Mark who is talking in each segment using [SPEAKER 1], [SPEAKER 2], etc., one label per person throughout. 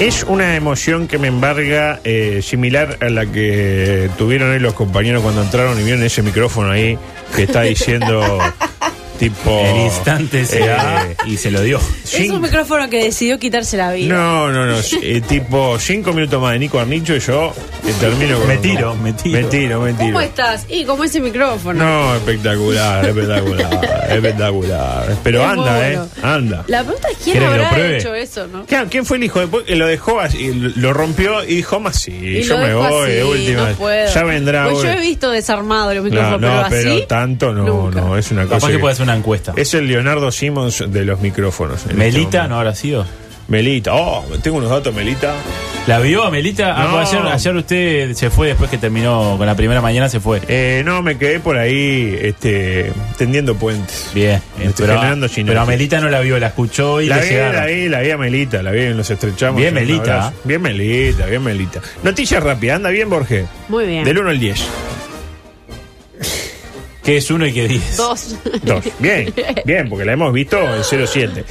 [SPEAKER 1] Es una emoción que me embarga, eh, similar a la que tuvieron hoy los compañeros cuando entraron y vieron ese micrófono ahí que está diciendo tipo.
[SPEAKER 2] En instantes se
[SPEAKER 1] eh,
[SPEAKER 2] da y se lo dio.
[SPEAKER 3] Es un
[SPEAKER 1] Cinco-
[SPEAKER 3] micrófono que decidió quitarse la vida.
[SPEAKER 1] No, no, no. eh, tipo, cinco minutos más de Nico Arnicho y yo eh, termino con.
[SPEAKER 2] Me tiro, me tiro.
[SPEAKER 1] Me tiro, me tiro.
[SPEAKER 3] ¿Cómo estás? Y como ese micrófono.
[SPEAKER 1] No, espectacular, espectacular, espectacular. Pero
[SPEAKER 3] Es
[SPEAKER 1] anda,
[SPEAKER 3] bueno.
[SPEAKER 1] ¿eh? Anda.
[SPEAKER 3] La pregunta es quién
[SPEAKER 1] ¿Quieres que lo
[SPEAKER 3] habrá
[SPEAKER 1] pruebe?
[SPEAKER 3] hecho eso, ¿no?
[SPEAKER 1] Claro, ¿quién fue el hijo de pu- que lo dejó así, lo rompió y dijo, más sí,
[SPEAKER 3] Y
[SPEAKER 1] yo
[SPEAKER 3] lo
[SPEAKER 1] me
[SPEAKER 3] dejo
[SPEAKER 1] voy de
[SPEAKER 3] así,
[SPEAKER 1] última.
[SPEAKER 3] no puedo.
[SPEAKER 1] Ya vendrá.
[SPEAKER 3] Pues yo
[SPEAKER 1] bueno.
[SPEAKER 3] he visto desarmado los micrófonos,
[SPEAKER 1] no, no,
[SPEAKER 3] pero,
[SPEAKER 1] pero,
[SPEAKER 3] así.
[SPEAKER 1] tanto no,
[SPEAKER 3] nunca.
[SPEAKER 1] no, es una cosa.
[SPEAKER 2] Capaz que
[SPEAKER 1] que-
[SPEAKER 2] puede hacer una encuesta.
[SPEAKER 1] Es el Leonardo Simmons de los micrófonos. en este
[SPEAKER 2] ¿Melita
[SPEAKER 1] momento.
[SPEAKER 2] no habrá sido?
[SPEAKER 1] Melita, oh, tengo unos datos, Melita.
[SPEAKER 2] ¿La vio a Melita? Ah,
[SPEAKER 1] No.
[SPEAKER 2] pues ayer, ayer usted se fue después que terminó con la primera mañana, se fue.
[SPEAKER 1] Eh, no, me quedé por ahí este, tendiendo puentes.
[SPEAKER 2] Bien,
[SPEAKER 1] Me estoy
[SPEAKER 2] pero,
[SPEAKER 1] generando sinergia.
[SPEAKER 2] pero a Melita no la vio, la escuchó y
[SPEAKER 1] La
[SPEAKER 2] le
[SPEAKER 1] vi,
[SPEAKER 2] llegaron.
[SPEAKER 1] la vi, la vi a Melita, la vi, nos estrechamos.
[SPEAKER 2] Bien,
[SPEAKER 1] Un
[SPEAKER 2] Melita. ¿eh?
[SPEAKER 1] abrazo. Bien, Melita, bien, Melita. Noticias rápidas, anda bien, Borges.
[SPEAKER 3] Muy bien.
[SPEAKER 1] Del 1 al 10.
[SPEAKER 2] Que es uno y que diez.
[SPEAKER 3] Dos.
[SPEAKER 1] Dos. Bien, bien, porque la hemos visto en 07.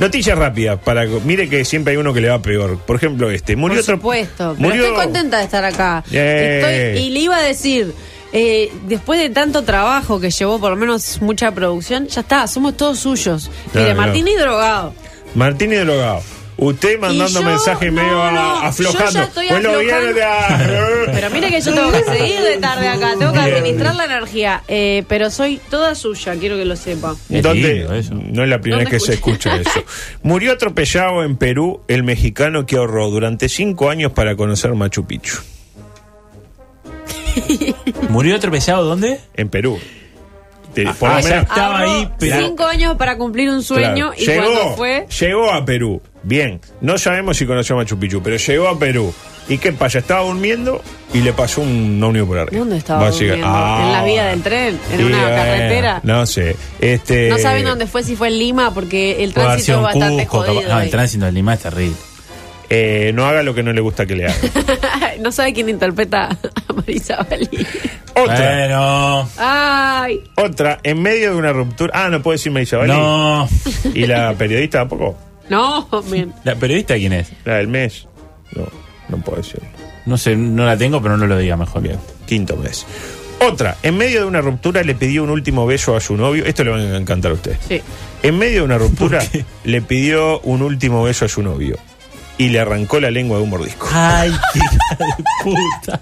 [SPEAKER 1] Noticias rápidas, para, mire que siempre hay uno que le va peor. Por ejemplo, este. Murió
[SPEAKER 3] Por
[SPEAKER 1] otro-
[SPEAKER 3] supuesto. Pero
[SPEAKER 1] murió-
[SPEAKER 3] estoy contenta de estar acá.
[SPEAKER 1] Eh.
[SPEAKER 3] Estoy- y le iba a decir, eh, después de tanto trabajo que llevó, por lo menos mucha producción, ya está, somos todos suyos.
[SPEAKER 1] Claro,
[SPEAKER 3] Mire,
[SPEAKER 1] claro.
[SPEAKER 3] Martín y drogado.
[SPEAKER 1] Martín y drogado. Usted mandando
[SPEAKER 3] Y yo-
[SPEAKER 1] mensaje
[SPEAKER 3] no,
[SPEAKER 1] medio a-
[SPEAKER 3] no,
[SPEAKER 1] aflojando. Pues
[SPEAKER 3] yo ya estoy
[SPEAKER 1] Bueno,
[SPEAKER 3] aflojando.
[SPEAKER 1] viernes.
[SPEAKER 3] Pero mire que yo tengo que seguir de tarde acá, tengo que administrar la energía. Eh, pero soy toda suya, quiero que lo sepa.
[SPEAKER 2] Es
[SPEAKER 1] ¿Dónde?
[SPEAKER 2] lindo eso.
[SPEAKER 1] No es la primera vez
[SPEAKER 3] ¿Dónde
[SPEAKER 1] que se escucha eso. Murió atropellado en Perú el mexicano que ahorró durante cinco años para conocer Machu Picchu.
[SPEAKER 2] ¿Murió atropellado dónde?
[SPEAKER 1] En Perú. Te- por
[SPEAKER 2] ah,
[SPEAKER 1] lo menos-
[SPEAKER 2] ya Estaba
[SPEAKER 3] Ahorró
[SPEAKER 2] ahí, pero-
[SPEAKER 3] Cinco años para cumplir un
[SPEAKER 1] Claro.
[SPEAKER 3] sueño y cuando fue.
[SPEAKER 1] llegó a Perú. Bien, no sabemos si conoció a Machu Picchu, pero llegó a Perú. ¿Y qué pasa? Estaba durmiendo y le pasó un ómnibus por arriba.
[SPEAKER 3] ¿Dónde estaba?
[SPEAKER 1] Básica-
[SPEAKER 3] durmiendo?
[SPEAKER 1] Ah.
[SPEAKER 3] ¿En la vía del tren? ¿En
[SPEAKER 1] Y
[SPEAKER 3] una
[SPEAKER 1] bueno,
[SPEAKER 3] carretera?
[SPEAKER 1] No sé. Este,
[SPEAKER 3] No saben dónde fue, si fue en Lima, porque el
[SPEAKER 2] Eh, Puede haber
[SPEAKER 3] tránsito
[SPEAKER 2] sido
[SPEAKER 3] es
[SPEAKER 2] un
[SPEAKER 3] bastante
[SPEAKER 2] Cusco.
[SPEAKER 3] jodido.
[SPEAKER 2] capaz- Ah, No,
[SPEAKER 3] ahí.
[SPEAKER 2] el tránsito en Lima es terrible.
[SPEAKER 1] eh, no haga lo que no le gusta que le hagan.
[SPEAKER 3] no sabe quién interpreta a Marisa Balí.
[SPEAKER 1] Otra.
[SPEAKER 2] Bueno,
[SPEAKER 3] Ay,
[SPEAKER 1] Otra, en medio de una ruptura. Ah, no puedo decir Marisa Balí.
[SPEAKER 2] no.
[SPEAKER 1] ¿Y la periodista tampoco?
[SPEAKER 3] no, men.
[SPEAKER 2] ¿La periodista quién es?
[SPEAKER 1] La del mes. No, no puedo decirlo.
[SPEAKER 2] No sé, no la tengo, pero no lo diga mejor.
[SPEAKER 1] Bien, quinto mes. Otra, en medio de una ruptura le pidió un último beso a su novio. Esto le va a encantar a usted.
[SPEAKER 3] Sí.
[SPEAKER 1] En medio de una ruptura le pidió un último beso a su novio y le arrancó la lengua de un mordisco.
[SPEAKER 2] Ay, qué hija de puta.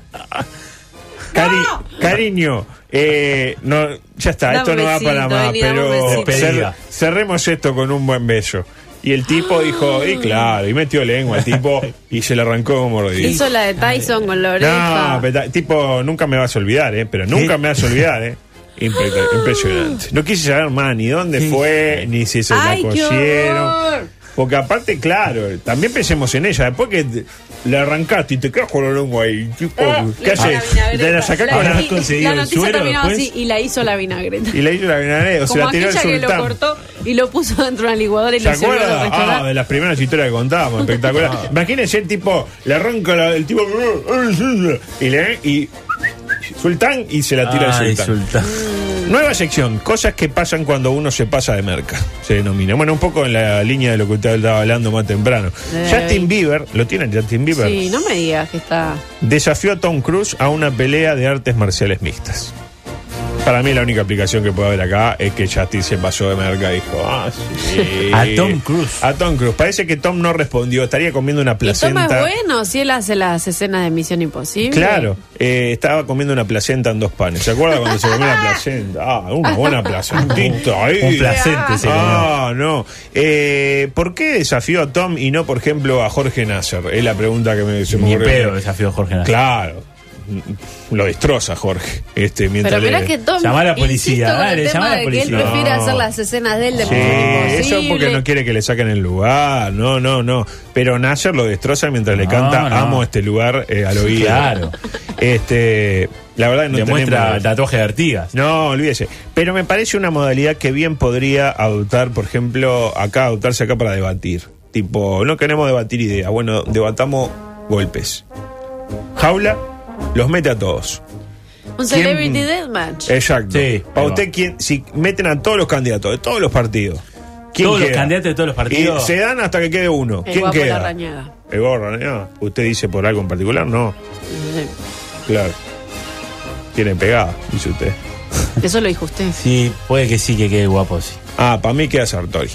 [SPEAKER 1] Cari- Cariño, eh, no, ya está,
[SPEAKER 3] Dame
[SPEAKER 1] esto
[SPEAKER 3] un
[SPEAKER 1] no va
[SPEAKER 3] besito,
[SPEAKER 1] para más,
[SPEAKER 3] vení, dame un
[SPEAKER 1] pero
[SPEAKER 3] besito.
[SPEAKER 1] cer-
[SPEAKER 2] Despedida.
[SPEAKER 1] cerremos esto con un buen beso. Y el tipo dijo, y claro, y metió lengua el tipo y se le arrancó un mordisco.
[SPEAKER 3] Hizo la de Tyson con la oreja. Eh,
[SPEAKER 1] No, peta- tipo, nunca me vas a olvidar, ¿eh? Pero nunca me vas a olvidar, ¿eh? Impe- Impresionante. No quise saber más ni dónde fue, ni si se la
[SPEAKER 3] Ay, qué
[SPEAKER 1] cosieron.
[SPEAKER 3] horror.
[SPEAKER 1] Porque aparte, claro, también pensemos en ella. Después que te- la arrancaste y te quedas con la lengua ahí, tipo,
[SPEAKER 3] Ah,
[SPEAKER 1] ¿qué
[SPEAKER 3] hizo
[SPEAKER 1] haces?
[SPEAKER 3] la
[SPEAKER 1] Te la
[SPEAKER 3] vinagreta.
[SPEAKER 1] sacás
[SPEAKER 3] La
[SPEAKER 1] con la...
[SPEAKER 2] ¿Habrás
[SPEAKER 3] noti-
[SPEAKER 2] conseguido
[SPEAKER 3] La
[SPEAKER 2] el
[SPEAKER 3] noticia
[SPEAKER 2] suero
[SPEAKER 3] terminaba
[SPEAKER 2] después?
[SPEAKER 3] así y la hizo la vinagreta.
[SPEAKER 1] Y le hizo la vinagre, o se
[SPEAKER 3] Como
[SPEAKER 1] la tiró
[SPEAKER 3] aquella
[SPEAKER 1] el
[SPEAKER 3] que lo
[SPEAKER 1] sultán.
[SPEAKER 3] cortó y lo puso dentro de una licuadora y
[SPEAKER 1] ¿Se
[SPEAKER 3] lo sirvió en el
[SPEAKER 1] acuerda? Ah,
[SPEAKER 3] restaurante.
[SPEAKER 1] de las primeras historias que contábamos, espectacular. Imagínense el tipo, le arranca la- el tipo y le y sultán y se la tira
[SPEAKER 2] Ay,
[SPEAKER 1] el sultán.
[SPEAKER 2] sultán.
[SPEAKER 1] Nueva sección, cosas que pasan cuando uno se pasa de merca, se denomina. Bueno, un poco en la línea de lo que usted estaba hablando más temprano.
[SPEAKER 3] Eh.
[SPEAKER 1] Justin Bieber, ¿lo tienen Justin Bieber?
[SPEAKER 3] Sí, no me digas que está.
[SPEAKER 1] Desafió a Tom Cruise a una pelea de artes marciales mixtas. Para mí la única aplicación que puede haber acá es que Justin se pasó de merca y dijo, ah, sí.
[SPEAKER 2] A Tom Cruise.
[SPEAKER 1] A Tom Cruise. Parece que Tom no respondió, estaría comiendo una
[SPEAKER 3] Y Toma es
[SPEAKER 1] placenta.
[SPEAKER 3] bueno si él hace las escenas de Misión Imposible.
[SPEAKER 1] Claro, eh, estaba comiendo una placenta en dos panes. ¿Se acuerda cuando se comió la placenta? Ah, una buena placentita ahí.
[SPEAKER 2] Un placente se comió.
[SPEAKER 1] Ah, no. Eh, ¿Por qué desafió a Tom y no, por ejemplo, a Jorge Nasser? Es la pregunta que me se me
[SPEAKER 2] Ni
[SPEAKER 1] ocurrió.
[SPEAKER 2] pedo desafió a Jorge Nasser.
[SPEAKER 1] Claro. lo destroza Jorge. Este, mientras
[SPEAKER 4] Pero mirá
[SPEAKER 1] le-
[SPEAKER 4] que Tom.
[SPEAKER 2] Llamá a la
[SPEAKER 4] insisto
[SPEAKER 2] policía,
[SPEAKER 4] con el
[SPEAKER 2] dale,
[SPEAKER 4] tema
[SPEAKER 2] llamá a la
[SPEAKER 4] de Que
[SPEAKER 2] policía.
[SPEAKER 4] él prefiere
[SPEAKER 1] No.
[SPEAKER 4] hacer las escenas de él de
[SPEAKER 1] Sí, eso porque no quiere que le saquen el lugar, no, no, no. Pero Nasher lo destroza mientras le
[SPEAKER 2] No,
[SPEAKER 1] canta
[SPEAKER 2] no.
[SPEAKER 1] Amo este lugar eh, al oído.
[SPEAKER 2] Claro.
[SPEAKER 1] Este, la verdad no
[SPEAKER 2] Demuestra
[SPEAKER 1] tenemos-
[SPEAKER 2] el tatuaje de Artigas.
[SPEAKER 1] no, olvídese. Pero me parece una modalidad que bien podría adoptar, por ejemplo, acá, adoptarse acá para debatir. Tipo, no queremos debatir ideas. Bueno, debatamos golpes. Jaula los mete a todos.
[SPEAKER 3] Un Celebrity Deathmatch.
[SPEAKER 1] Exacto.
[SPEAKER 2] Sí, ahí
[SPEAKER 1] Para
[SPEAKER 2] va.
[SPEAKER 1] usted, ¿quién, si meten a todos los candidatos de todos los partidos. ¿quién
[SPEAKER 2] Todos los
[SPEAKER 1] queda?
[SPEAKER 2] candidatos de todos los partidos.
[SPEAKER 1] Y se dan hasta que quede uno.
[SPEAKER 3] El
[SPEAKER 1] ¿Quién
[SPEAKER 3] guapo
[SPEAKER 1] queda?
[SPEAKER 3] Larrañaga.
[SPEAKER 1] El gorro, ¿no? ¿Usted dice por algo en particular? No. Claro. Tiene pegada, dice usted.
[SPEAKER 3] Eso lo dijo usted.
[SPEAKER 2] Sí, puede que sí que quede guapo, sí.
[SPEAKER 1] Ah, para mí queda Sartori.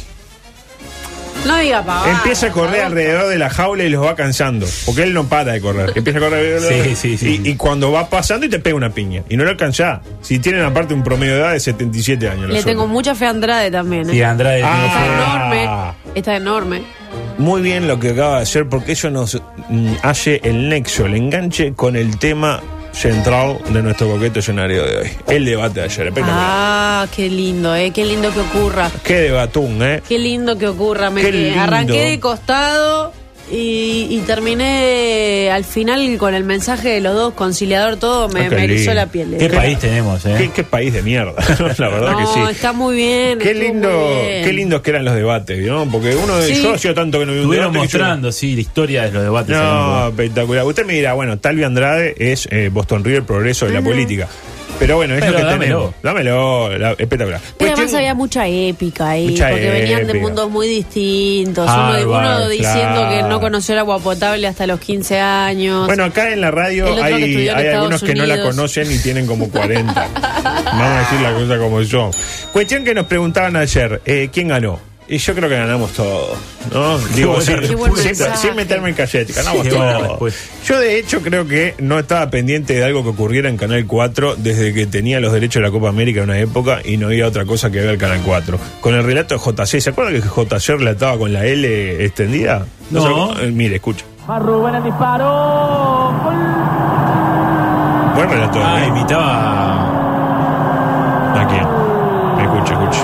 [SPEAKER 3] No diga pavada.
[SPEAKER 1] Empieza a correr alrededor de la jaula y los va cansando. Porque él no para de correr. Empieza a correr.
[SPEAKER 2] Sí, sí, sí.
[SPEAKER 1] Y, y cuando va pasando y te pega una piña. Y no lo alcanza. Si tienen aparte un promedio de edad de 77 años. los
[SPEAKER 3] Le tengo
[SPEAKER 1] otros.
[SPEAKER 3] mucha fe a Andrade también. ¿eh?
[SPEAKER 2] Sí, Andrade.
[SPEAKER 1] Ah.
[SPEAKER 3] Está
[SPEAKER 1] Ah.
[SPEAKER 3] enorme. Está enorme.
[SPEAKER 1] Muy bien lo que acaba de hacer porque eso nos mm, hace el nexo, el enganche con el tema central de nuestro coqueto escenario de hoy. El debate de ayer. espectacular.
[SPEAKER 3] Ah, qué lindo, ¿eh? Qué lindo que ocurra.
[SPEAKER 1] Qué debatún, ¿eh?
[SPEAKER 3] Qué lindo que ocurra. Me
[SPEAKER 1] Qué
[SPEAKER 3] quedé-
[SPEAKER 1] lindo.
[SPEAKER 3] Arranqué de costado y, y terminé al final con el mensaje de los dos, conciliador todo, me,
[SPEAKER 1] Ah, qué
[SPEAKER 3] me erizó
[SPEAKER 1] lindo.
[SPEAKER 3] la piel.
[SPEAKER 2] Qué país tenemos, ¿eh?
[SPEAKER 1] Qué, qué país de mierda, la verdad
[SPEAKER 3] No,
[SPEAKER 1] que sí.
[SPEAKER 3] está muy bien.
[SPEAKER 1] Qué
[SPEAKER 3] estuvo
[SPEAKER 1] lindo,
[SPEAKER 3] muy bien.
[SPEAKER 1] qué lindos que eran los debates, ¿no? Porque uno de
[SPEAKER 3] Sí.
[SPEAKER 1] yo hacía tanto que no vi un
[SPEAKER 2] Estuvieron
[SPEAKER 1] debate que yo-
[SPEAKER 2] mostrando, sí, la historia de los debates.
[SPEAKER 1] No,
[SPEAKER 2] ahí,
[SPEAKER 1] espectacular. Usted me dirá, bueno, Talvi Andrade es eh, Boston River progreso de la política. Pero bueno, es
[SPEAKER 2] Pero
[SPEAKER 1] lo que
[SPEAKER 2] dámelo.
[SPEAKER 1] tenemos. Dámelo, la- espectacular.
[SPEAKER 3] Pero
[SPEAKER 1] Cuestión-
[SPEAKER 3] además había mucha épica ahí,
[SPEAKER 1] Mucha
[SPEAKER 3] porque venían de
[SPEAKER 1] épica.
[SPEAKER 3] mundos muy distintos.
[SPEAKER 2] Ah,
[SPEAKER 3] uno, uno
[SPEAKER 2] bárbaro,
[SPEAKER 3] diciendo
[SPEAKER 1] claro.
[SPEAKER 3] que no conoció el agua potable hasta los 15 años.
[SPEAKER 1] Bueno, acá en la
[SPEAKER 3] El
[SPEAKER 1] radio
[SPEAKER 3] otro que
[SPEAKER 1] hay,
[SPEAKER 3] estudió en
[SPEAKER 1] hay
[SPEAKER 3] Estados
[SPEAKER 1] algunos que no la
[SPEAKER 3] Unidos.
[SPEAKER 1] conocen y tienen como 40. Vamos a decir la cosa como yo. Cuestión que nos preguntaban ayer, eh, ¿quién ganó? Y yo creo que ganamos todos, ¿no? Digo,
[SPEAKER 2] buena
[SPEAKER 1] sin,
[SPEAKER 2] respuesta.
[SPEAKER 1] sin- sin
[SPEAKER 3] mensaje.
[SPEAKER 1] meterme en cachete, ganamos
[SPEAKER 2] Sí, buena
[SPEAKER 1] todos.
[SPEAKER 2] respuesta.
[SPEAKER 1] Yo de hecho creo que no estaba pendiente de algo que ocurriera en Canal 4 desde que tenía los derechos de la Copa América en una época y no había otra cosa que ver Canal 4. Con el relato de JC, ¿se acuerdan que JC relataba con la L extendida?
[SPEAKER 2] No.
[SPEAKER 1] se acuerdan? Eh, mire, escucha.
[SPEAKER 5] Va Rubén el disparo. Gol.
[SPEAKER 1] Buen relato.
[SPEAKER 2] Ah,
[SPEAKER 1] ¿eh?
[SPEAKER 2] imitaba.
[SPEAKER 1] ¿A quién? Escuche, escuche.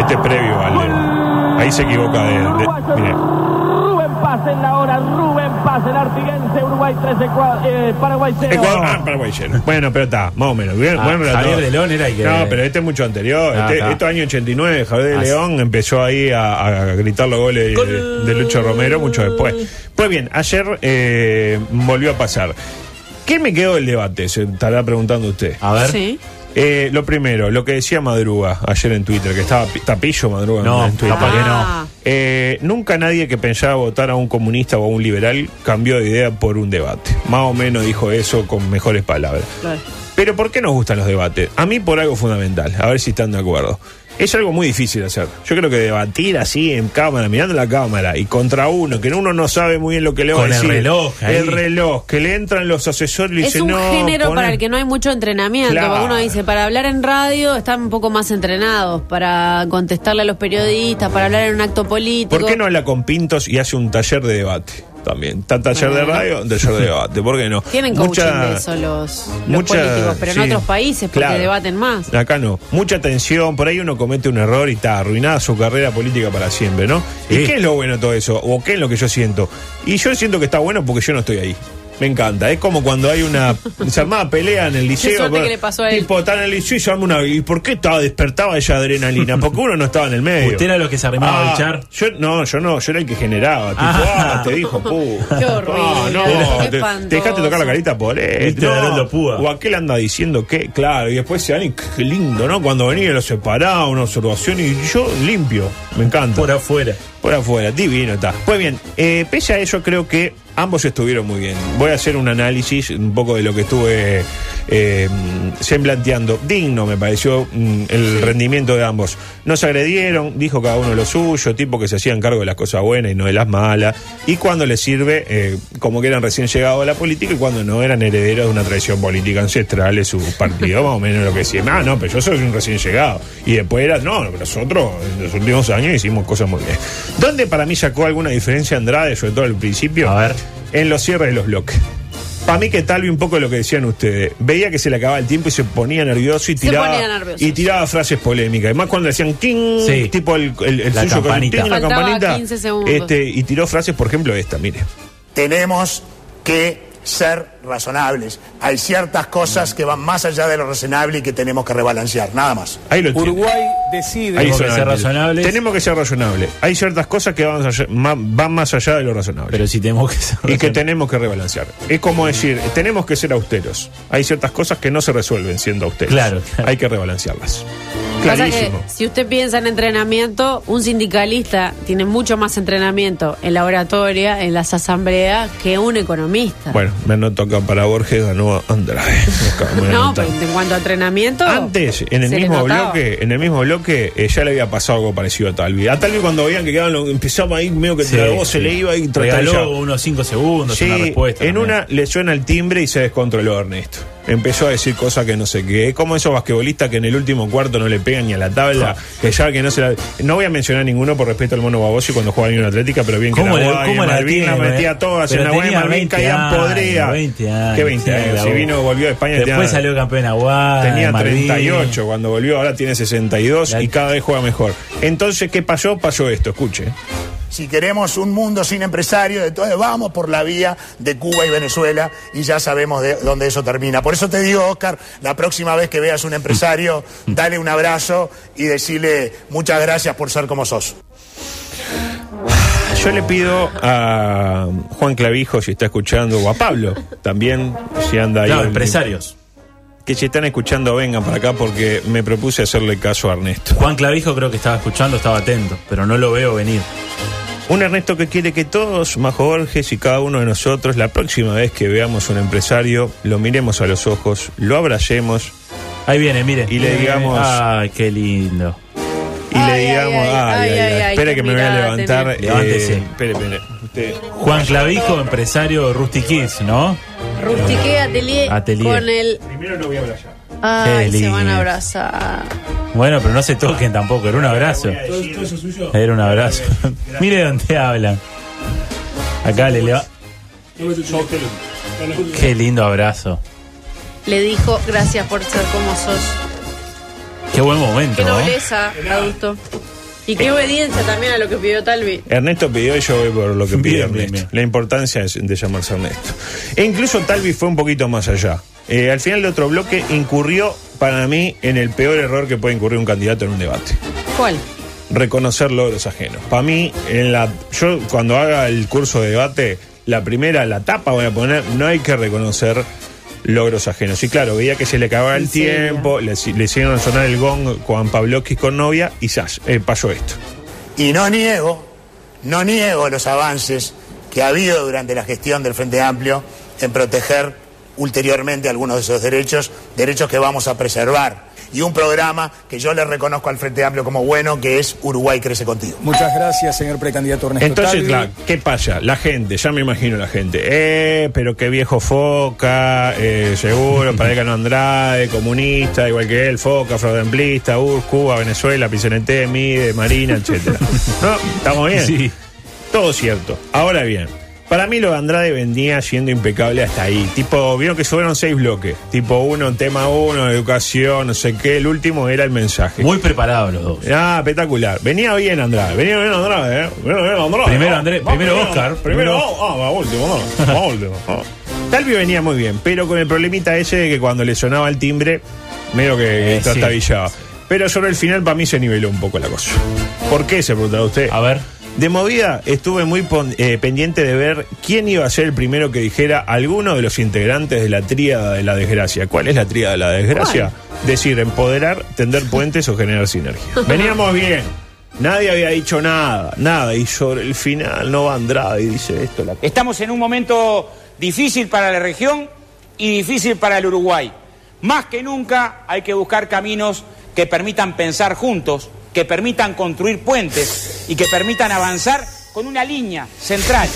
[SPEAKER 1] Este es previo al. Ahí se equivoca de. de- mire.
[SPEAKER 5] Rubén pase en la hora. Rubén pase el artiguense. Uruguay 13, cua- eh, Paraguay 0.
[SPEAKER 1] Ecuador, ah, Paraguay lleno. Bueno, pero está, más o menos. Bien,
[SPEAKER 2] Ah,
[SPEAKER 1] buen relator.
[SPEAKER 2] Javier de León era el que-
[SPEAKER 1] No, pero este es mucho anterior.
[SPEAKER 2] Ah,
[SPEAKER 1] este,
[SPEAKER 2] está.
[SPEAKER 1] esto es año 89. Javier de
[SPEAKER 2] Ah, sí.
[SPEAKER 1] León empezó ahí a, a gritar los goles de- de, Lucho Romero mucho después. Pues bien, ayer eh, volvió a pasar. ¿Qué me quedó del debate? Se estará preguntando usted.
[SPEAKER 2] A ver.
[SPEAKER 3] Sí.
[SPEAKER 1] Eh, lo primero, lo que decía Madruga ayer en Twitter, que estaba pi- tapillo Madruga en-
[SPEAKER 2] No,
[SPEAKER 1] en Twitter.
[SPEAKER 2] capaz que no.
[SPEAKER 3] Ah.
[SPEAKER 1] Eh, nunca nadie que pensaba votar a un comunista o a un liberal cambió de idea por un debate. Más o menos dijo eso con mejores palabras.
[SPEAKER 3] Claro.
[SPEAKER 1] Pero ¿por qué nos gustan los debates? A mí por algo fundamental, a ver si están de acuerdo. Es algo muy difícil hacer. Yo creo que debatir así en cámara, mirando la cámara y contra uno, que uno no sabe muy bien lo que le va
[SPEAKER 2] Con
[SPEAKER 1] a
[SPEAKER 2] el
[SPEAKER 1] decir.
[SPEAKER 2] reloj ahí.
[SPEAKER 1] El reloj, que le entran los asesores y le
[SPEAKER 3] Es
[SPEAKER 1] dicen,
[SPEAKER 3] un
[SPEAKER 1] "No,
[SPEAKER 3] género
[SPEAKER 1] poné-".
[SPEAKER 3] para el que no hay mucho entrenamiento.
[SPEAKER 1] Claro.
[SPEAKER 3] porque Uno dice, para hablar en radio están un poco más entrenados, para contestarle a los periodistas, para hablar en un acto político.
[SPEAKER 1] ¿Por qué no habla con Pintos y hace un taller de debate? También. Está taller de radio, taller de debate. ¿Por qué no?
[SPEAKER 3] Tienen coaching
[SPEAKER 1] Mucha-
[SPEAKER 3] de eso los, los
[SPEAKER 1] mucha-
[SPEAKER 3] políticos, pero
[SPEAKER 1] sí.
[SPEAKER 3] en otros países porque
[SPEAKER 1] Claro.
[SPEAKER 3] debaten más.
[SPEAKER 1] Acá no. Mucha tensión, por ahí uno comete un error y está arruinada su carrera política para siempre, ¿no? ¿Y
[SPEAKER 2] Sí.
[SPEAKER 1] qué es lo bueno de todo eso? ¿O qué es lo que yo siento? Y yo siento que está bueno porque yo no estoy ahí. Me encanta. Es como cuando hay una desarmada pelea en el liceo.
[SPEAKER 3] suerte
[SPEAKER 1] pero-
[SPEAKER 3] que le pasó a él.
[SPEAKER 1] Tipo, está en el liceo y se arma una. ¿Y por qué estaba, despertaba esa adrenalina? Porque uno no estaba en el medio.
[SPEAKER 2] ¿Usted era los que se
[SPEAKER 1] Ah,
[SPEAKER 2] arrimaba a echar?
[SPEAKER 1] Yo, no, yo no, yo era el que generaba. Tipo, ah,
[SPEAKER 2] Ah.
[SPEAKER 1] te dijo, pu.
[SPEAKER 3] Qué horrible,
[SPEAKER 1] Ah, no,
[SPEAKER 3] qué
[SPEAKER 1] te,
[SPEAKER 3] espantoso.
[SPEAKER 1] te dejaste tocar la carita por él.
[SPEAKER 2] Viste, Arnaldo Púa.
[SPEAKER 1] o aquel anda diciendo que, claro, y después se dan y qué lindo, ¿no? Cuando venía lo separaba, una observación y yo limpio. Me encanta.
[SPEAKER 2] Por afuera.
[SPEAKER 1] Por afuera, divino está. Pues bien, eh, pese a eso, creo que ambos estuvieron muy bien. Voy a hacer un análisis un poco de lo que estuve eh, semblanteando. Digno me pareció mm, el rendimiento de ambos. No se agredieron, dijo cada uno lo suyo, tipo que se hacían cargo de las cosas buenas y no de las malas. Y cuando les sirve, eh, como que eran recién llegados a la política y cuando no eran herederos de una tradición política ancestral de su partido, más o menos lo que decían. Ah, no, pero yo soy un recién llegado. Y después era, no, nosotros en los últimos años hicimos cosas muy bien. ¿Dónde para mí sacó alguna diferencia Andrade, sobre todo al principio?
[SPEAKER 2] A ver.
[SPEAKER 1] En los cierres de los bloques. Para mí que Talvi un poco lo que decían ustedes, veía que se le acababa el tiempo y se ponía nervioso y
[SPEAKER 3] Se
[SPEAKER 1] tiraba,
[SPEAKER 3] ponía nervioso,
[SPEAKER 1] y tiraba frases polémicas. Además cuando decían king,
[SPEAKER 2] Sí.
[SPEAKER 1] tipo el, el- el
[SPEAKER 2] La
[SPEAKER 1] suyo con el
[SPEAKER 2] campanita.
[SPEAKER 1] ting, la
[SPEAKER 3] Faltaba
[SPEAKER 1] campanita,
[SPEAKER 3] 15 segundos.
[SPEAKER 1] este, y tiró frases, por ejemplo, esta, mire.
[SPEAKER 4] tenemos que ser razonables. Hay ciertas cosas que van más allá de lo razonable y que tenemos que rebalancear, nada más.
[SPEAKER 1] Ahí lo tiene.
[SPEAKER 6] Uruguay decide.
[SPEAKER 1] Ahí
[SPEAKER 2] Tenemos que
[SPEAKER 1] suena
[SPEAKER 2] ser
[SPEAKER 1] el-
[SPEAKER 2] razonables.
[SPEAKER 1] Tenemos que ser razonables. Hay ciertas cosas que van, allá- ma- van más allá de lo razonable.
[SPEAKER 2] Pero si tenemos que ser
[SPEAKER 1] y que
[SPEAKER 2] razonables.
[SPEAKER 1] tenemos que rebalancear. Es como decir, tenemos que ser austeros. Hay ciertas cosas que no se resuelven siendo austeros.
[SPEAKER 2] Claro, claro.
[SPEAKER 1] Hay que rebalancearlas.
[SPEAKER 3] Pasa que
[SPEAKER 1] Clarísimo.
[SPEAKER 3] si usted piensa en entrenamiento, un sindicalista tiene mucho más entrenamiento en la oratoria, en las asambleas, que un economista.
[SPEAKER 1] Bueno, me anoto acá para Borges, ganó Andrade. Acá, me
[SPEAKER 3] no,
[SPEAKER 1] anotan.
[SPEAKER 3] pero en cuanto a entrenamiento.
[SPEAKER 1] Antes, en el
[SPEAKER 3] se le
[SPEAKER 1] mismo
[SPEAKER 3] notaba.
[SPEAKER 1] bloque, en el mismo bloque, eh, ya le había pasado algo parecido a Talvi. A Talvi cuando veían que quedaban, lo- empezaba ahí, medio que
[SPEAKER 2] Sí,
[SPEAKER 1] la voz se
[SPEAKER 2] sí.
[SPEAKER 1] le iba y trataba
[SPEAKER 2] Regaló
[SPEAKER 1] ya.
[SPEAKER 2] unos 5 segundos,
[SPEAKER 1] Sí,
[SPEAKER 2] una respuesta.
[SPEAKER 1] en
[SPEAKER 2] también.
[SPEAKER 1] una le suena el timbre y se descontroló Ernesto. Empezó a decir cosas que no sé qué. Es como esos basquetbolistas que en el último cuarto no le pegan ni a la
[SPEAKER 2] Ah.
[SPEAKER 1] tabla, que ya que no se la... No voy a mencionar ninguno por respeto al mono Babosi cuando jugaba en una Atlética, pero bien que
[SPEAKER 2] ¿Cómo
[SPEAKER 1] la
[SPEAKER 2] le-
[SPEAKER 1] Guay,
[SPEAKER 2] cómo la
[SPEAKER 1] Malvin la
[SPEAKER 2] tiene,
[SPEAKER 1] metía
[SPEAKER 2] eh?
[SPEAKER 1] todas,
[SPEAKER 2] Pero
[SPEAKER 1] en la Guay
[SPEAKER 2] tenía
[SPEAKER 1] Malvin
[SPEAKER 2] 20
[SPEAKER 1] caían
[SPEAKER 2] años,
[SPEAKER 1] podrea.
[SPEAKER 2] 20 años,
[SPEAKER 1] ¿Qué 20
[SPEAKER 2] sí,
[SPEAKER 1] años?
[SPEAKER 2] la
[SPEAKER 1] Si
[SPEAKER 2] voz.
[SPEAKER 1] vino, volvió de España.
[SPEAKER 2] Después
[SPEAKER 1] tenía-
[SPEAKER 2] salió campeón Aguada.
[SPEAKER 1] Tenía
[SPEAKER 2] Malvin.
[SPEAKER 1] 38 cuando volvió, ahora tiene 62 y
[SPEAKER 2] La-
[SPEAKER 1] cada vez juega mejor. Entonces, ¿qué pasó? Pasó esto, escuche.
[SPEAKER 4] Si queremos un mundo sin empresarios, entonces vamos por la vía de Cuba y Venezuela y ya sabemos de dónde eso termina. Por eso te digo, Oscar, la próxima vez que veas un empresario, dale un abrazo y decirle muchas gracias por ser como sos.
[SPEAKER 1] Yo le pido a Juan Clavijo, si está escuchando, o a Pablo, también, si anda ahí.
[SPEAKER 2] Claro,
[SPEAKER 1] en-
[SPEAKER 2] empresarios.
[SPEAKER 1] Que si están escuchando, vengan para acá porque me propuse hacerle caso a Ernesto.
[SPEAKER 2] Juan Clavijo creo que estaba escuchando, estaba atento, pero no lo veo venir.
[SPEAKER 1] Un Ernesto que quiere que todos, Majo Borges y cada uno de nosotros, la próxima vez que veamos un empresario, lo miremos a los ojos, lo abracemos
[SPEAKER 2] Ahí viene, mire.
[SPEAKER 1] Y le
[SPEAKER 2] Viene,
[SPEAKER 1] digamos-
[SPEAKER 2] Ay, qué lindo.
[SPEAKER 1] y le
[SPEAKER 3] Ay, ay,
[SPEAKER 1] digamos, ay,
[SPEAKER 3] ay,
[SPEAKER 1] ay,
[SPEAKER 3] ay,
[SPEAKER 1] ay,
[SPEAKER 3] ay,
[SPEAKER 1] espere
[SPEAKER 3] qué
[SPEAKER 1] que me voy a
[SPEAKER 3] mirada
[SPEAKER 1] levantar.
[SPEAKER 3] tenés.
[SPEAKER 1] eh,
[SPEAKER 2] Levántese.
[SPEAKER 1] espere, espere. Usted-
[SPEAKER 2] Juan Clavijo, empresario Rusty Kids, ¿no?
[SPEAKER 3] Rustiqué atelier,
[SPEAKER 2] Atelier.
[SPEAKER 3] con el.
[SPEAKER 1] Primero lo voy a abrazar.
[SPEAKER 3] Ay,
[SPEAKER 2] Qué
[SPEAKER 3] se van
[SPEAKER 2] lindo.
[SPEAKER 3] a abrazar.
[SPEAKER 2] Bueno, pero no se toquen tampoco, era un abrazo. Era un abrazo. Mire dónde hablan. Acá le leva. Qué lindo abrazo.
[SPEAKER 3] Le dijo gracias por ser como sos.
[SPEAKER 2] Qué buen momento,
[SPEAKER 3] Qué
[SPEAKER 2] ¿no?
[SPEAKER 3] nobleza, adulto. Y qué obediencia también a lo que pidió Talvi.
[SPEAKER 1] Ernesto pidió y yo voy por lo que pide
[SPEAKER 2] Bien, bien,
[SPEAKER 1] Ernesto.
[SPEAKER 2] bien.
[SPEAKER 1] La importancia es de llamarse Ernesto. E incluso Talvi fue un poquito más allá. Eh, al final del otro bloque incurrió, para mí, en el peor error que puede incurrir un candidato en un debate.
[SPEAKER 3] ¿Cuál?
[SPEAKER 1] Reconocer logros ajenos. Para mí, en la, yo cuando haga el curso de debate, la primera, la tapa voy a poner, no hay que reconocer logros ajenos. Y claro, veía que se le acababa el
[SPEAKER 3] ¿En serio?
[SPEAKER 1] tiempo, le, le hicieron sonar el gong Juan Pabloski con novia y zas, eh, pasó esto.
[SPEAKER 4] Y no niego, no niego los avances que ha habido durante la gestión del Frente Amplio en proteger ulteriormente algunos de esos derechos, derechos que vamos a preservar. Y un programa que yo le reconozco al Frente Amplio como bueno, que es Uruguay Crece Contigo.
[SPEAKER 6] Muchas gracias, señor precandidato Ernesto
[SPEAKER 1] Entonces,
[SPEAKER 6] Talvi.
[SPEAKER 1] la- ¿qué pasa? La gente, ya me imagino la gente. Eh, pero qué viejo Foca, eh, seguro, para que ganó Andrade, comunista, igual que él, Foca, fraudemplista, URSS, Cuba, Venezuela, Picenete, Mide, Marina, etcétera. ¿No? ¿Estamos bien?
[SPEAKER 2] Sí.
[SPEAKER 1] Todo cierto. Ahora bien, para mí lo de Andrade vendía siendo impecable hasta ahí. Tipo, vieron que fueron seis bloques. Tipo uno, tema uno, educación, no sé qué. El último era el mensaje.
[SPEAKER 2] Muy preparados los dos.
[SPEAKER 1] Ah, espectacular. Venía bien Andrade, venía bien Andrade, eh. Venía bien Andrade.
[SPEAKER 2] Primero
[SPEAKER 1] Ah,
[SPEAKER 2] Andrés,
[SPEAKER 1] ah,
[SPEAKER 2] primero Oscar,
[SPEAKER 1] Primero,
[SPEAKER 2] primero-
[SPEAKER 1] ah, ah, va último, no, va último. ah. Talvi venía muy bien, pero con el problemita ese de que cuando le sonaba el timbre, medio que
[SPEAKER 2] Eh, sí.
[SPEAKER 1] trastabillaba. Pero sobre el final para mí se niveló un poco la cosa. ¿Por qué? Se preguntaba usted.
[SPEAKER 2] A ver.
[SPEAKER 1] De movida estuve muy pon- eh, pendiente de ver quién iba a ser el primero que dijera alguno de los integrantes de la tríada de la desgracia. ¿Cuál es la tríada de la desgracia? Decir, empoderar, tender puentes o generar sinergia. Veníamos bien. Nadie había dicho nada, nada. Y sobre el final no va Andrade y dice esto. La...
[SPEAKER 7] Estamos en un momento difícil para la región y difícil para el Uruguay. Más que nunca hay que buscar caminos que permitan pensar juntos, que permitan construir puentes y que permitan avanzar con una línea central.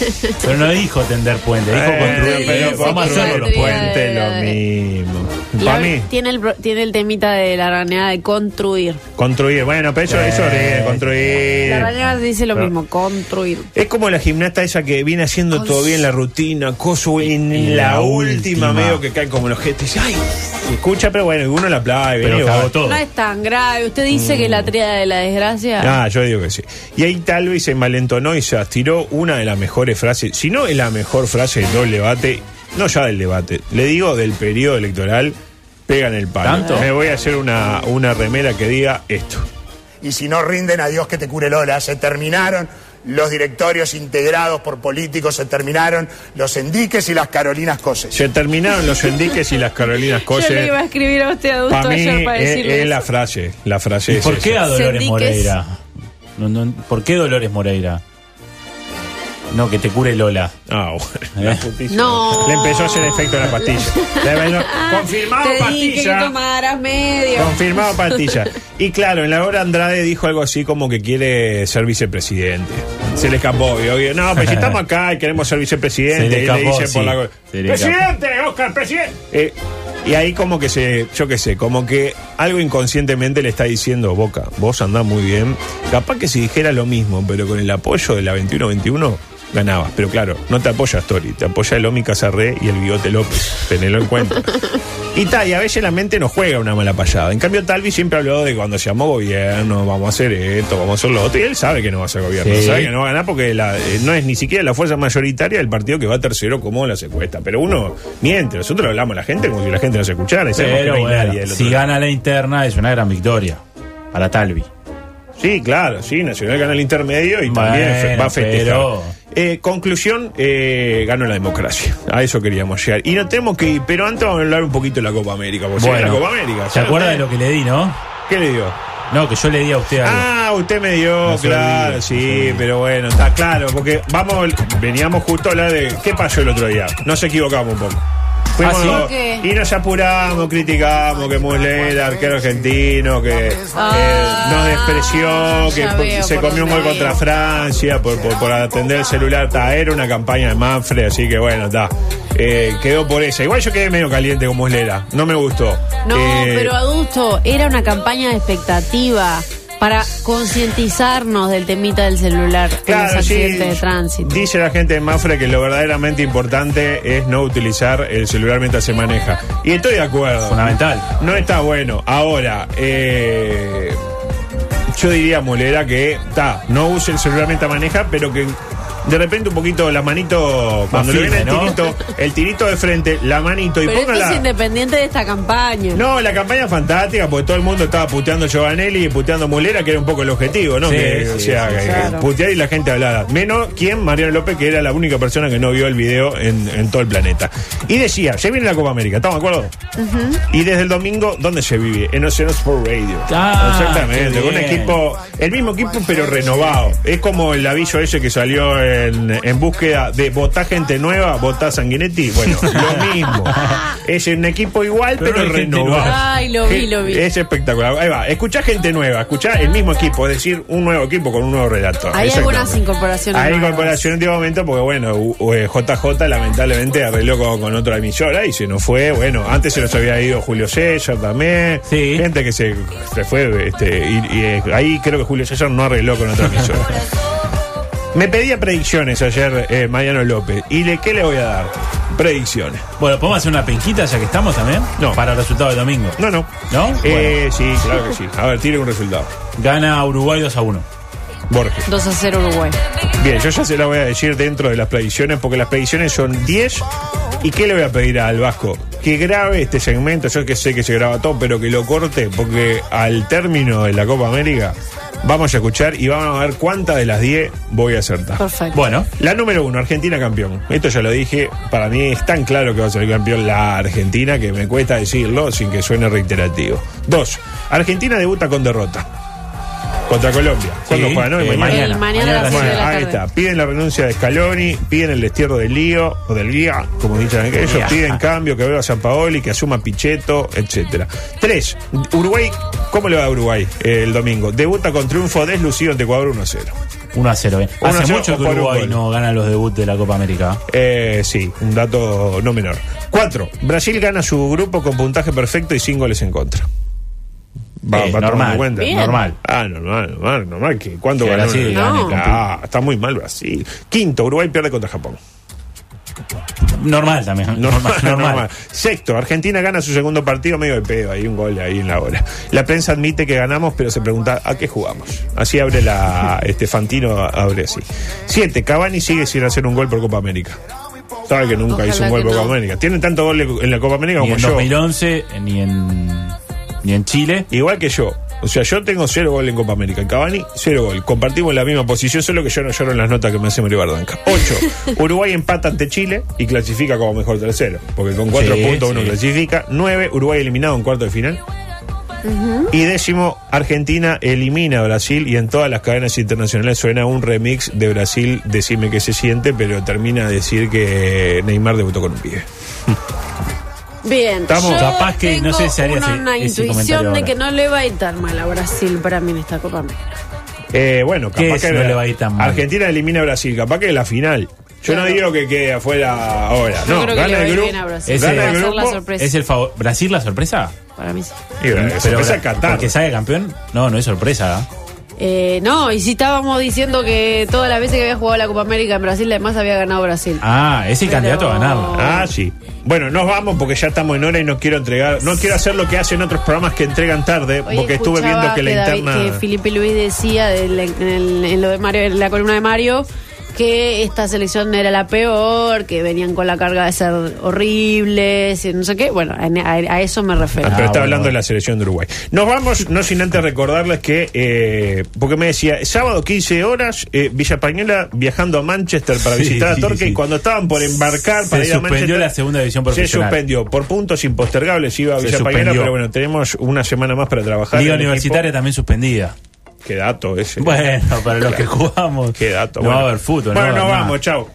[SPEAKER 2] Pero no dijo tender puente, dijo
[SPEAKER 1] Eh,
[SPEAKER 2] construir.
[SPEAKER 1] pero
[SPEAKER 3] sí,
[SPEAKER 1] vamos a
[SPEAKER 2] vamos
[SPEAKER 3] sí,
[SPEAKER 2] a hacerlo
[SPEAKER 1] hacer
[SPEAKER 2] los
[SPEAKER 1] los
[SPEAKER 3] sí,
[SPEAKER 2] puentes.
[SPEAKER 1] puentes lo mismo. Para
[SPEAKER 3] La-
[SPEAKER 1] mí,
[SPEAKER 3] Tiene el, pro- tiene el temita de la raneada de construir.
[SPEAKER 1] construir. Bueno, pero eso, eso es construir.
[SPEAKER 3] La raneada dice lo
[SPEAKER 1] Pero-
[SPEAKER 3] mismo, construir.
[SPEAKER 1] Es como la gimnasta esa que viene haciendo todavía en la rutina, coso en
[SPEAKER 2] Y
[SPEAKER 1] la,
[SPEAKER 2] la
[SPEAKER 1] última,
[SPEAKER 2] última.
[SPEAKER 1] medio que caen como los gestos. Ay, se escucha, pero bueno, y uno la aplaude.
[SPEAKER 2] Pero
[SPEAKER 1] vení,
[SPEAKER 2] cagó
[SPEAKER 1] va.
[SPEAKER 2] todo.
[SPEAKER 3] No es tan grave. Usted dice que es la tríada de la desgracia.
[SPEAKER 1] Mm. Ah, yo digo que sí. Y ahí tal vez se envalentonó y se tiró una de las mejores frases, si no es la mejor frase de todo el debate, no ya del debate, le digo del periodo electoral, pegan el palo.
[SPEAKER 2] ¿Tanto?
[SPEAKER 1] Me voy a hacer una, una remera que diga esto.
[SPEAKER 4] y si no rinden, a Dios que te cure Lola. Se terminaron los directorios integrados por políticos, se terminaron los endiques y las Carolinas Coses.
[SPEAKER 1] Se terminaron los endiques y las Carolinas
[SPEAKER 3] Yo le
[SPEAKER 1] Cose.
[SPEAKER 3] iba a escribir a usted
[SPEAKER 1] Para
[SPEAKER 3] adusto
[SPEAKER 1] mí
[SPEAKER 3] ayer para
[SPEAKER 1] es,
[SPEAKER 3] decirle.
[SPEAKER 1] es la
[SPEAKER 3] eso.
[SPEAKER 1] frase, la frase
[SPEAKER 2] ¿Y
[SPEAKER 1] es
[SPEAKER 2] por
[SPEAKER 1] esa.
[SPEAKER 2] qué a Dolores
[SPEAKER 3] Sendiques.
[SPEAKER 2] Moreira? No, no, ¿Por qué Dolores Moreira? No, que te cure Lola.
[SPEAKER 1] Ah, bueno.
[SPEAKER 2] ¿Eh?
[SPEAKER 3] No.
[SPEAKER 1] Le empezó a hacer efecto la pastilla. Le empezó- confirmado
[SPEAKER 3] Ah, Te dije que
[SPEAKER 1] pastilla.
[SPEAKER 3] tomaras medio.
[SPEAKER 1] Confirmado pastilla. Y claro, en la hora Andrade dijo algo así como que quiere ser vicepresidente. Se le escapó, y obvio, No, pues si estamos acá y queremos ser vicepresidente.
[SPEAKER 2] Se le
[SPEAKER 1] y
[SPEAKER 2] escapó,
[SPEAKER 1] le dicen por
[SPEAKER 2] sí.
[SPEAKER 1] la go-
[SPEAKER 2] Se le
[SPEAKER 1] ¡Presidente, Oscar, presidente! Eh, y ahí como que se, yo qué sé, como que algo inconscientemente le está diciendo, Boca, vos andás muy bien. Capaz que si dijera lo mismo, pero con el apoyo de la 21-21, ganabas. Pero claro, no te apoya Story, te apoya el Omi Casarré y el Bigote López. Tenelo en cuenta. Y tal, y a veces la mente nos juega una mala payada. En cambio, Talvi siempre habló de cuando se llamó gobierno, vamos a hacer esto, vamos a hacer lo otro. Y él sabe que no va a ser gobierno,
[SPEAKER 2] Sí.
[SPEAKER 1] sabe que no va a ganar porque la- eh, no es ni siquiera la fuerza mayoritaria del partido que va tercero como la secuestra. Pero uno miente, nosotros hablamos a la gente como si la gente nos escuchara. Y sabemos
[SPEAKER 2] Pero
[SPEAKER 1] que no hay
[SPEAKER 2] bueno,
[SPEAKER 1] nadie del otro
[SPEAKER 2] si
[SPEAKER 1] lado.
[SPEAKER 2] gana la interna es una gran victoria para Talvi.
[SPEAKER 1] Pues Sí, claro, sí, Nacional gana el intermedio y
[SPEAKER 2] Bueno,
[SPEAKER 1] también fe- va a festejar.
[SPEAKER 2] pero-
[SPEAKER 1] Eh, conclusión, eh, ganó la democracia. A eso queríamos llegar. Y no tenemos que ir, pero antes vamos a hablar un poquito de la Copa América. Porque se viene la Copa América.
[SPEAKER 2] ¿se
[SPEAKER 1] ¿sabe
[SPEAKER 2] acuerda de
[SPEAKER 1] usted?
[SPEAKER 2] lo que le di, no?
[SPEAKER 1] ¿Qué le digo?
[SPEAKER 2] No, que yo le di a usted algo.
[SPEAKER 1] Ah, usted me dio,
[SPEAKER 2] No se
[SPEAKER 1] claro,
[SPEAKER 2] olvide, no se
[SPEAKER 1] sí,
[SPEAKER 2] olvide.
[SPEAKER 1] pero bueno, está claro, porque vamos, veníamos justo a hablar de qué pasó el otro día. Nos equivocamos un poco.
[SPEAKER 2] ¿Ah, ¿sí?
[SPEAKER 3] ¿Por qué?
[SPEAKER 1] y nos apuramos, criticamos que Muller, arquero argentino, que eh,
[SPEAKER 3] Ah,
[SPEAKER 1] nos despreció,
[SPEAKER 3] ya
[SPEAKER 1] que
[SPEAKER 3] veo
[SPEAKER 1] se
[SPEAKER 3] por
[SPEAKER 1] comió un gol
[SPEAKER 3] dónde
[SPEAKER 1] contra
[SPEAKER 3] va.
[SPEAKER 1] Francia por, por- por atender el celular. Ta, era una campaña de Manfred, así que bueno, está. Eh, quedó por esa. Igual yo quedé medio caliente con Muslera. No me gustó.
[SPEAKER 3] No,
[SPEAKER 1] Eh,
[SPEAKER 3] pero adusto, era una campaña de expectativa para concientizarnos del temita del celular en los
[SPEAKER 1] Claro, sí.
[SPEAKER 3] accidentes de tránsito.
[SPEAKER 1] Dice la gente de Mafre que lo verdaderamente importante es no utilizar el celular mientras se maneja. Y estoy de acuerdo.
[SPEAKER 2] Fundamental.
[SPEAKER 1] No está bueno. Ahora, eh, yo diría Molera que está, no use el celular mientras maneja, pero que de repente un poquito la manito, cuando le viene
[SPEAKER 2] firme,
[SPEAKER 1] el
[SPEAKER 2] ¿no?
[SPEAKER 1] tirito, el tirito de frente, la manito y
[SPEAKER 3] Pero esto
[SPEAKER 1] póngala.
[SPEAKER 3] es independiente de esta campaña.
[SPEAKER 1] No, la campaña es fantástica porque todo el mundo estaba puteando a Giovanelli y puteando a Mulera, que era un poco el objetivo, ¿no?
[SPEAKER 2] Sí,
[SPEAKER 1] Que,
[SPEAKER 2] sí,
[SPEAKER 1] o sea,
[SPEAKER 2] sí,
[SPEAKER 1] que-
[SPEAKER 3] claro.
[SPEAKER 1] putear y la gente hablada. Menos quién, Mariano López, que era la única persona que no vio el video en, en todo el planeta. Y decía, se viene la Copa América, ¿estamos de acuerdo? Y desde el domingo, ¿dónde se vive? En Ocean Sport Radio.
[SPEAKER 2] Ah,
[SPEAKER 1] Exactamente,
[SPEAKER 2] qué
[SPEAKER 1] con un
[SPEAKER 2] bien.
[SPEAKER 1] equipo, el mismo equipo pero renovado. Es como el aviso ese que salió en, en búsqueda de votá gente nueva, votá Sanguinetti. Bueno, lo mismo. Es un equipo igual
[SPEAKER 2] Pero
[SPEAKER 1] pero,
[SPEAKER 2] hay gente
[SPEAKER 1] renovado.
[SPEAKER 2] nueva.
[SPEAKER 3] Ay, lo vi, lo vi.
[SPEAKER 1] Es espectacular. Ahí va, escuchá gente nueva, escuchá el mismo equipo, es decir, un nuevo equipo con un nuevo relator.
[SPEAKER 3] Hay
[SPEAKER 1] Exactamente.
[SPEAKER 3] algunas incorporaciones
[SPEAKER 1] Hay
[SPEAKER 3] nuevas.
[SPEAKER 1] incorporaciones de momento porque, bueno, u- u- eh, JJ lamentablemente arregló con, con otra emisora y se nos fue. Bueno, antes se nos había ido Julio César también.
[SPEAKER 2] Sí.
[SPEAKER 1] Gente que se, se fue. Este, y, y, eh, ahí creo que Julio César no arregló con otra emisora. Me pedía predicciones ayer eh, Mariano López. ¿Y de qué le voy a dar? Predicciones.
[SPEAKER 2] Bueno, ¿podemos hacer una penquita ya que estamos también?
[SPEAKER 1] No.
[SPEAKER 2] Para el resultado del domingo.
[SPEAKER 1] No, no.
[SPEAKER 2] ¿No?
[SPEAKER 1] Eh, Sí, claro que sí. A ver, tire un resultado.
[SPEAKER 2] Gana Uruguay 2 a 1.
[SPEAKER 1] Borges.
[SPEAKER 3] 2 a 0 Uruguay.
[SPEAKER 1] Bien, yo ya se la voy a decir dentro de las predicciones, porque las predicciones son 10. ¿Y qué le voy a pedir al Vasco? Que grabe este segmento, yo que sé que se graba todo, pero que lo corte, porque al término de la Copa América vamos a escuchar y vamos a ver cuántas de las 10 voy a acertar.
[SPEAKER 3] Perfecto.
[SPEAKER 2] Bueno,
[SPEAKER 1] La número uno, Argentina campeón. Esto ya lo dije, para mí es tan claro que va a ser campeón la Argentina que me cuesta decirlo sin que suene reiterativo. Dos, Argentina debuta con derrota. Contra Colombia. ¿Cuándo
[SPEAKER 2] Sí,
[SPEAKER 1] juega? No,
[SPEAKER 2] eh,
[SPEAKER 3] mañana. El mañana a las
[SPEAKER 1] Bueno,
[SPEAKER 3] seis de la
[SPEAKER 1] ahí
[SPEAKER 3] tarde.
[SPEAKER 1] está. Piden la renuncia de Scaloni, piden el destierro del lío o del guía, como dicen aquellos.
[SPEAKER 2] Guía.
[SPEAKER 1] Piden cambio, que vea a San Paoli, que asuma Pichetto, etcétera. Tres, Uruguay, ¿cómo le va a Uruguay eh, el domingo? Debuta con triunfo deslucido ante Ecuador 1-0.
[SPEAKER 2] 1 a 0. bien.
[SPEAKER 1] Uno a
[SPEAKER 2] Hace
[SPEAKER 1] cero
[SPEAKER 2] mucho
[SPEAKER 1] o
[SPEAKER 2] que
[SPEAKER 1] por un
[SPEAKER 2] Uruguay
[SPEAKER 1] gol.
[SPEAKER 2] no gana los debuts de la Copa América.
[SPEAKER 1] Eh, sí, un dato no menor. Cuatro, Brasil gana su grupo con puntaje perfecto y sin goles en contra.
[SPEAKER 2] Eh,
[SPEAKER 1] tomando
[SPEAKER 2] normal,
[SPEAKER 1] cuenta.
[SPEAKER 3] Bien.
[SPEAKER 2] normal.
[SPEAKER 1] Ah, normal, normal, normal. Que ¿Cuánto
[SPEAKER 2] Que
[SPEAKER 1] ganó?
[SPEAKER 2] Brasil
[SPEAKER 1] una-
[SPEAKER 3] gane,
[SPEAKER 1] Ah, está muy mal Brasil. Quinto, Uruguay pierde contra Japón.
[SPEAKER 2] Normal también. Normal, normal.
[SPEAKER 1] Sexto, Argentina gana su segundo partido medio de pedo, hay un gol ahí en la hora. La prensa admite que ganamos, pero se pregunta ¿a qué jugamos? Así abre la este Fantino abre así. Siete, Cavani sigue sin hacer un gol por Copa América. Sabe que nunca
[SPEAKER 3] Ojalá
[SPEAKER 1] hizo un gol
[SPEAKER 3] que
[SPEAKER 1] por
[SPEAKER 3] no.
[SPEAKER 1] Copa América. Tienen tanto gol en la Copa América
[SPEAKER 2] Ni
[SPEAKER 1] como
[SPEAKER 2] en
[SPEAKER 1] yo.
[SPEAKER 2] 2011, ni en, ni en Chile.
[SPEAKER 1] Igual que yo. O sea, yo tengo cero gol en Copa América. Cavani, cero gol. Compartimos la misma posición, solo que yo no lloro en las notas que me hace Mario Bardanca. Ocho. Uruguay empata ante Chile y clasifica como mejor tercero. Porque con cuatro
[SPEAKER 2] Sí,
[SPEAKER 1] puntos uno
[SPEAKER 2] sí.
[SPEAKER 1] clasifica. Nueve. Uruguay eliminado en cuarto de final. Y décimo, Argentina elimina a Brasil y en todas las cadenas internacionales suena un remix de Brasil, decime qué se siente, pero termina de decir que Neymar debutó con un pie.
[SPEAKER 3] Bien,
[SPEAKER 1] Estamos-
[SPEAKER 3] yo
[SPEAKER 2] Capaz que
[SPEAKER 3] tengo
[SPEAKER 2] no sé si haría
[SPEAKER 3] una,
[SPEAKER 2] ese-
[SPEAKER 3] una
[SPEAKER 2] ese comentario
[SPEAKER 3] intuición de
[SPEAKER 2] ahora.
[SPEAKER 3] que no le va a ir tan mal a Brasil para mí en esta Copa América.
[SPEAKER 1] Eh, bueno,
[SPEAKER 2] ¿Qué
[SPEAKER 1] capaz
[SPEAKER 2] es?
[SPEAKER 1] que
[SPEAKER 2] No le va a ir tan mal.
[SPEAKER 1] Argentina elimina a Brasil, capaz que es la final. Yo
[SPEAKER 3] Claro.
[SPEAKER 1] no digo que quede afuera ahora.
[SPEAKER 3] Yo
[SPEAKER 1] No,
[SPEAKER 3] creo que le
[SPEAKER 1] gana
[SPEAKER 3] va a
[SPEAKER 1] el
[SPEAKER 3] ir
[SPEAKER 1] grupo.
[SPEAKER 3] bien a Brasil.
[SPEAKER 2] Ese-
[SPEAKER 1] Gana
[SPEAKER 2] Va
[SPEAKER 1] el
[SPEAKER 2] a
[SPEAKER 3] ser la
[SPEAKER 1] grupo.
[SPEAKER 3] sorpresa.
[SPEAKER 2] ¿Es el favor- ¿Brasil la sorpresa?
[SPEAKER 3] Para mí sí.
[SPEAKER 1] Y bueno, sorpresa
[SPEAKER 2] Bra-
[SPEAKER 1] Qatar.
[SPEAKER 2] Porque sale campeón. No, no es sorpresa. ¿ah?
[SPEAKER 3] Eh, no, y si estábamos diciendo que todas las veces que había jugado la Copa América en Brasil, además había ganado Brasil.
[SPEAKER 2] Ah, es el
[SPEAKER 3] Pero-
[SPEAKER 2] candidato a ganarla.
[SPEAKER 1] Ah, sí. Bueno, nos vamos porque ya estamos en hora y no quiero entregar, no quiero hacer lo que hacen otros programas que entregan tarde,
[SPEAKER 3] Hoy
[SPEAKER 1] porque estuve viendo
[SPEAKER 3] escuchaba
[SPEAKER 1] que la
[SPEAKER 3] David-
[SPEAKER 1] interna.
[SPEAKER 3] que Felipe Luis decía del- en, el- en lo de Mario, en la columna de Mario que esta selección era la peor, que venían con la carga de ser horribles, y no sé qué. Bueno, en- a, a eso me refiero.
[SPEAKER 1] Ah, pero
[SPEAKER 2] Ah,
[SPEAKER 1] está
[SPEAKER 2] bueno,
[SPEAKER 1] hablando de
[SPEAKER 2] bueno.
[SPEAKER 1] la selección de Uruguay. Nos vamos, no sin antes recordarles que, eh, porque me decía, sábado 15 horas, eh, Villa Española viajando a Manchester para
[SPEAKER 2] Sí,
[SPEAKER 1] visitar a
[SPEAKER 2] sí,
[SPEAKER 1] Torque
[SPEAKER 2] sí.
[SPEAKER 1] y cuando estaban por embarcar
[SPEAKER 2] Se
[SPEAKER 1] para ir a
[SPEAKER 2] suspendió
[SPEAKER 1] Manchester,
[SPEAKER 2] la segunda división
[SPEAKER 1] Se
[SPEAKER 2] profesional.
[SPEAKER 1] suspendió, por puntos impostergables iba a
[SPEAKER 2] Se
[SPEAKER 1] Villa Española,
[SPEAKER 2] suspendió.
[SPEAKER 1] pero bueno, tenemos una semana más para trabajar.
[SPEAKER 2] Liga
[SPEAKER 1] en el
[SPEAKER 2] Universitaria también suspendida.
[SPEAKER 1] equipo. Qué dato ese.
[SPEAKER 2] Bueno, para los que jugamos.
[SPEAKER 1] Qué dato.
[SPEAKER 2] No
[SPEAKER 1] bueno.
[SPEAKER 2] va a haber fútbol.
[SPEAKER 1] Bueno,
[SPEAKER 2] no va a
[SPEAKER 1] nos
[SPEAKER 2] haber nada.
[SPEAKER 1] vamos, chao.